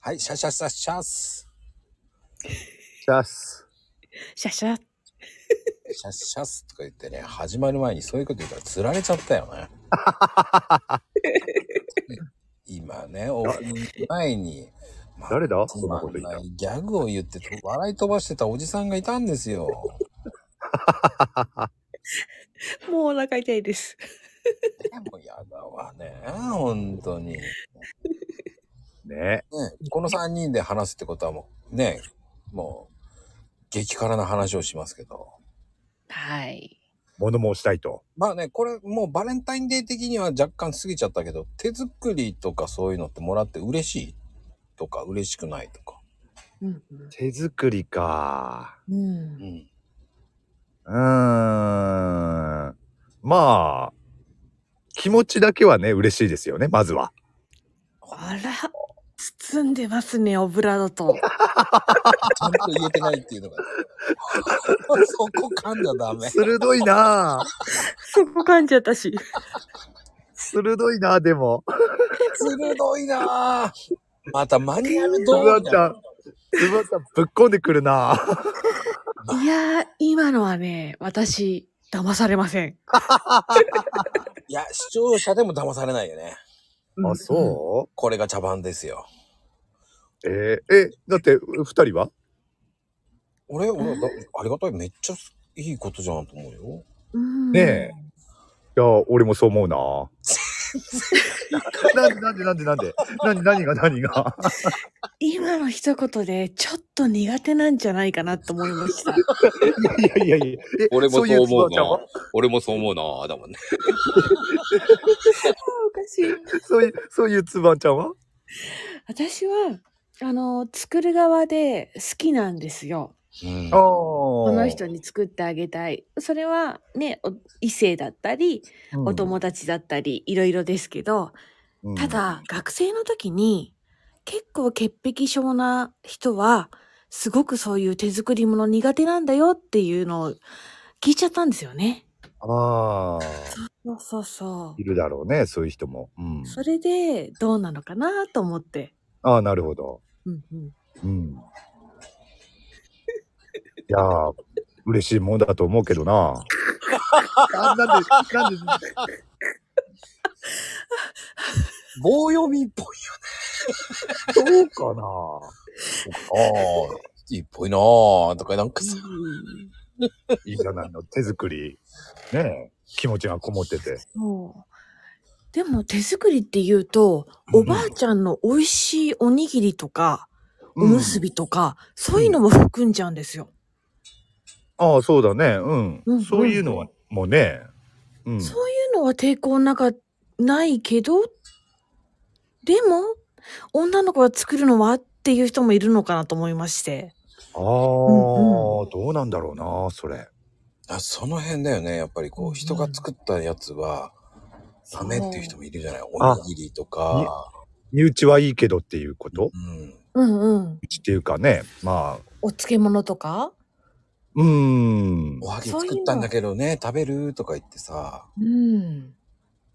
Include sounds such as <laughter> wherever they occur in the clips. はい、シャシャシャシャス。シャス。シャシャ。シャッシャスとか言ってね、始まる前にそういうこと言ったら釣られちゃったよね。 <laughs> 今ね、オープニング前に、まあ誰だつそんなまことん言ったなのいギャグを言って笑い飛ばしてたおじさんがいたんですよ。もうお腹痛いです。でもやだわね、本当に。ね、ねこの3人で話すってことはもう、ね、もう、激辛な話をしますけど。はい。物申したいと。まあね、これもうバレンタインデー的には若干過ぎちゃったけど、手作りとかそういうのってもらって嬉しいとか嬉しくないとか。うん。手作りか。うう。んん。うーん。まあ、気持ちだけはね、嬉しいですよね、まずは。あら、包んでますね、オブラートと。ちゃんと言えてないっていうのが。 <laughs> そこ噛んじゃダメ。鋭い <laughs> なあ <laughs> そこ感じ私。鋭いなあでも。鋭いなあまたマニュアルつ通ばりちゃだん、つばちゃんぶっこんでくるなあいやー、今のはね、私、騙されません。いや、視聴者でも騙されないよね。あ、そこれが茶番ですよ。うえーえ、だって、二人は俺、俺、うんだありがたい。めっちゃいいことじゃんと思うよ。うん。ねえいや、俺もそう思 <laughs> うななんでなんでなんでなんで何何が何が <laughs> 今の一言で、ちょっと苦手なんじゃないかなと思いま <laughs> した。いやいやいやいや。え俺もそうい思うつばちゃんはな。俺もそう思うな。だもんね。おかしい。 <laughs> そういう、そういうつばちゃんは私は、あの、作る側で好きなんですよ。うんああ。ここの人に作ってあげたい。それはね、お異性だったり、お友達だったり、いろいろですけど、うんた、だ学生の時に結構潔癖症な人はすごくそういう手作りもの苦手なんだよっていうのを聞いちゃったんですよね。ああ、そうそうそいるだろうね、そういう人も。うんう。、それでどうなのかなと思って。ああ、なるほど。うんうん、うん。 <laughs> いやー、嬉しいもんだと思うけどな。 <laughs> あなんで、なんで、棒読みっぽいそうかな。ああ、いいっぽいなあとか、なんかさ、いいじゃないの、手作り。ねえ、気持ちがこもってて。そうでも手作りって言うとおばあちゃんの美味しいおにぎりとか、おむすびとか、そういうのも含んじゃうんですよ。ああ、そうだね。うん。うんそういうのは、もうね。うん。そういうのは抵抗なかないけど、でも、女の子は作るのはっていう人もいるのかなと思いまして。ああ、うんどうなんだろうな、それ。あその辺だよね。やっぱりこうんう、人が作ったやつは、ダメっていう人もいるじゃない。あおにぎりとか、身内はいいけどっていうことうん。うんうん。うちっていうかね、まあ、お漬物とかうーん。おはぎ作ったんだけどね、食べるとか言ってさ、うん。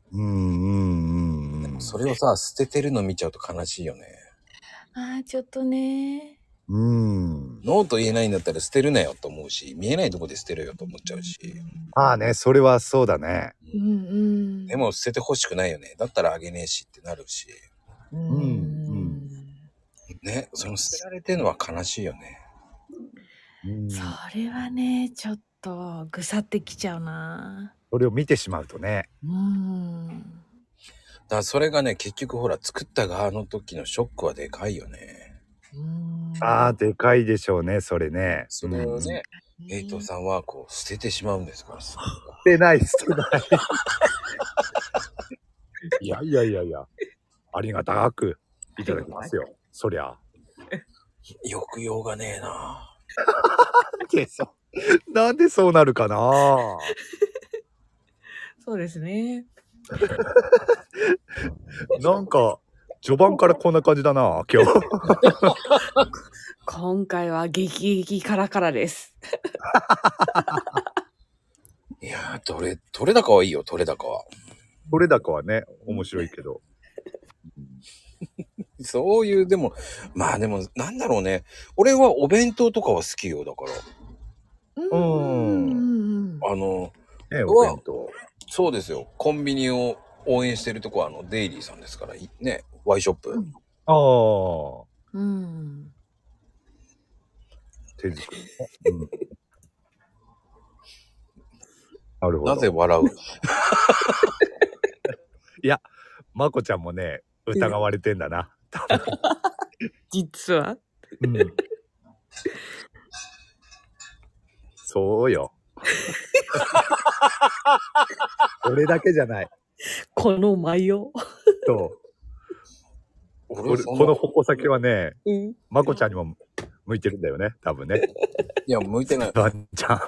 うんうんうんでうんもそれをさ、捨ててるの見ちゃうと悲しいよね。ああ、ちょっとね。うん。ノーと言えないんだったら捨てるなよと思うし、見えないとこで捨てるよと思っちゃうし、まあね、それはそうだね。うんうん。でも捨ててほしくないよね。だったらあげねえしってなるし、ううんん。ね、その捨てられてるのは悲しいよね。うんそそれはね、ちょっと、ぐさってきちゃうな。れを見てしまうとね。うん。だからそれがね、結局ほら、作った側の時のショックはでかいよね。うんああ、でかいでしょうね、それね。それをね、エイトん。さんはこう捨ててしまうんですからさ。うん。 <laughs> 捨てない、捨てない。いやいやいやいや。ありがたくいただきますよ。そりゃ。抑揚がねえななんでそうなるかなそうですね。なんか、序盤からこんな感じだな、今 <laughs> 日。今回は激激カラカラです。いやー、どれ、どれ高はいいよ、どれ高は。どれだかはね、面白いけど。そういう、でも、まあでも、なんだろうね。俺はお弁当とかは好きよ。だかうんううんんうんら、あの、ね、うおわ弁当。そうですよ。コンビニを応援してるとこは、あの、デイリーさんですから、いね、ワイショップ。うんああ。うん手作りね。うん <laughs> なるほど。なぜ笑うまこちゃんもね、疑われてんだな。 <laughs> 実はうんそうよ。 <laughs> 俺だけじゃない。この迷う、と、俺俺そんこなの矛先はね、うん、まこちゃんにも向いてるんだよね、多分ね。いや、向いてない。ワンちゃん。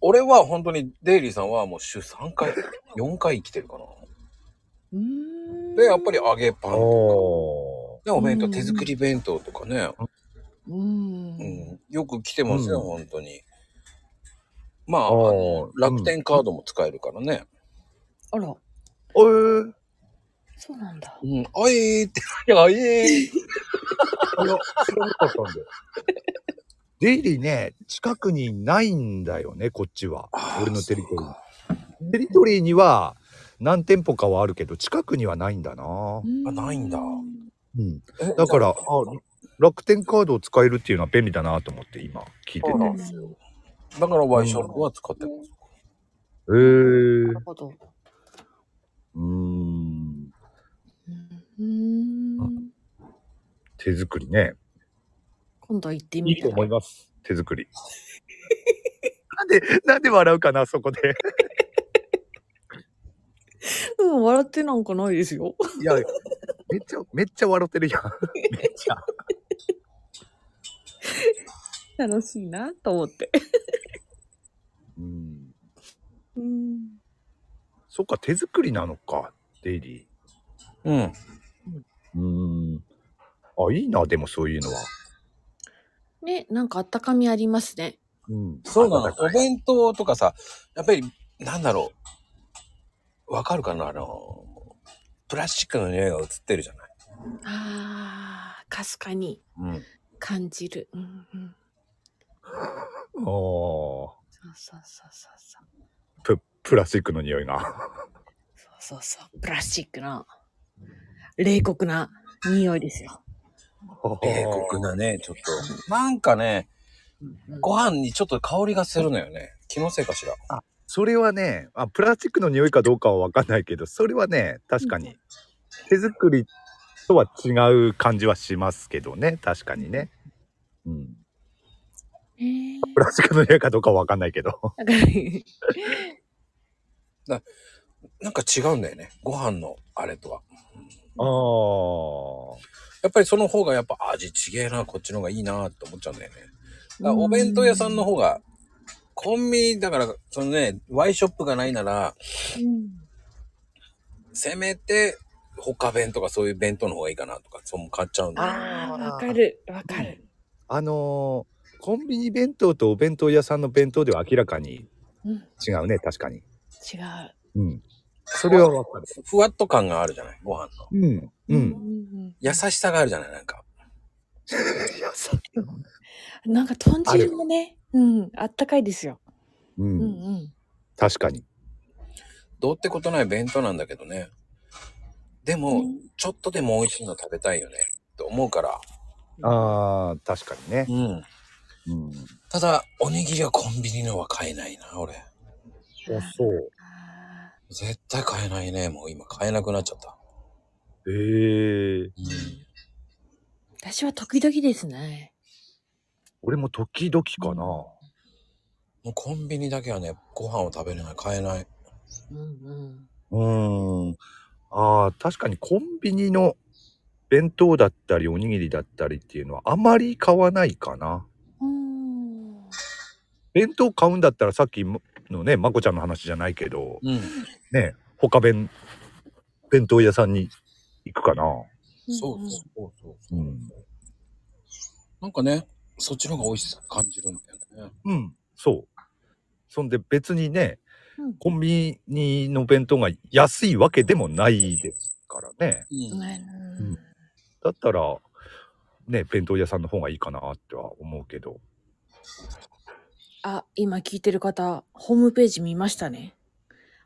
俺は本当に、デイリーさんはもう週3回、4回生きてるかな。うんで、やっぱり揚げパンとおか、ね、お弁当、うん手作り弁当とかね、うんうん、よく来てますよ、うん本当に。まあ、あおのー楽天カードも使えるからね。あらおーそうなんだうん、あえーって、 <laughs> あえー。いや、知らなかったんだよ。デイリーね、近くにないんだよね、こっちはあ。ー俺のテリトリそうー。テリトリーには何店舗かはあるけど、近くにはないんだな。あないんだうん。えだから、あ楽天カードを使えるっていうのは便利だなと思って今聞いてそうなんて。ですよ。だからワイシャークは使ってます。えーなる。ほどうーん。うんうん手作りね。今度行っていみいとた思いらます。手作り。なんで、なんで笑うかな、そこで。うん笑ってなんかないですよ <laughs> いや、めっちゃ、めっちゃ笑ってるやん。めっちゃ。楽しいなと思ってうん。うんそっか、手作りなのか、デイリうん。ー。うーん。あ、いいな、でもそういうのは。ねなんかあったかみありますねうん。そうなの暖。かおい弁当とかさ、やっぱり、なんだろう。わかるかなあの、プラスチックの匂いが映ってるじゃない。あーかすかにうん。感じるうんうんおーそうそうそうそうそうプ、プラスチックの匂いが。 <laughs> そうそうそうプラスチックの冷酷な匂いですよ、米国なね、ちょっと。なんかね、ご飯にちょっと香りがするのよね。気のせいかしら。それはねあ、プラスチックの匂いかどうかはわかんないけど、それはね、確かに。手作りとは違う感じはしますけどね、確かにね。うん。えー、プラスチックの匂いかどうかはわかんないけど。だからなんか違うんだよね。ご飯のあれとは。 <laughs> あー。やっぱりその方がやっぱ味ちげえな、こっちの方がいいなって思っちゃうんだよね。だからお弁当屋さんの方が、コンビニ、だから、そのね、ワイショップがないなら、うんせめて、他弁とかそういう弁当の方がいいかなとか、そうも買っちゃうんだよ。あーわかるわかる、あのーコンビニ弁当とお弁当屋さんの弁当では明らかにうん、違違うね、確かに。ううん。それはわかる。ふわっと感があるじゃない、ご飯の。うん。うん。ん優しさがあるじゃない、なんか。うん、なんか豚汁もねうんあったかいですよ、ううんん。うん、確かに。どうってことない弁当なんだけどね。でも、うんちょっとでも美味しいの食べたいよね、と思うから。ああ、確かにね。うん。うん。ただ、おにぎりはコンビニのは買えないな、俺。あ、そう。あ絶対買えないね、もう今買えなくなっちゃった。ええうん。ー私は時々ですね俺も時々かな。もうコンビニだけはね、ご飯を食べれない、買えない。うんうんうーん。ああ、確かにコンビニの弁当だったり、おにぎりだったりっていうのはあまり買わないかな。うん弁当買うんだったらさっきのね、まこちゃんの話じゃないけど、うん。ね、他弁、弁当屋さんに行くかな。そううんうんそうそううそう。ん。なんかね、そっちの方が美味しさ感じるんだよね。うん、そう。そんで別にね、うんコンビニの弁当が安いわけでもないですからね。うん。うんだったら、ね、弁当屋さんの方がいいかなっては思うけど。あ、今聞いてる方、ホームページ見ましたね。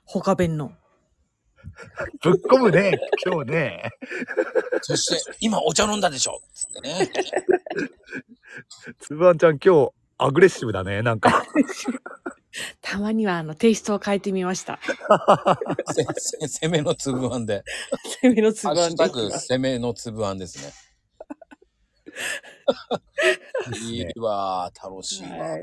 他弁の。ぶっ込むね、今日ね。そして、今お茶飲んだでしょつって <laughs> ね。つぶあんちゃん今日、アグレッシブだね、なんか。たまにはあのテイストを変えてみました。せせ攻めの粒あんで。攻めのつハぶッあシュんでタ。グ、攻めの粒あんですね。いいわ、楽しいわ。はい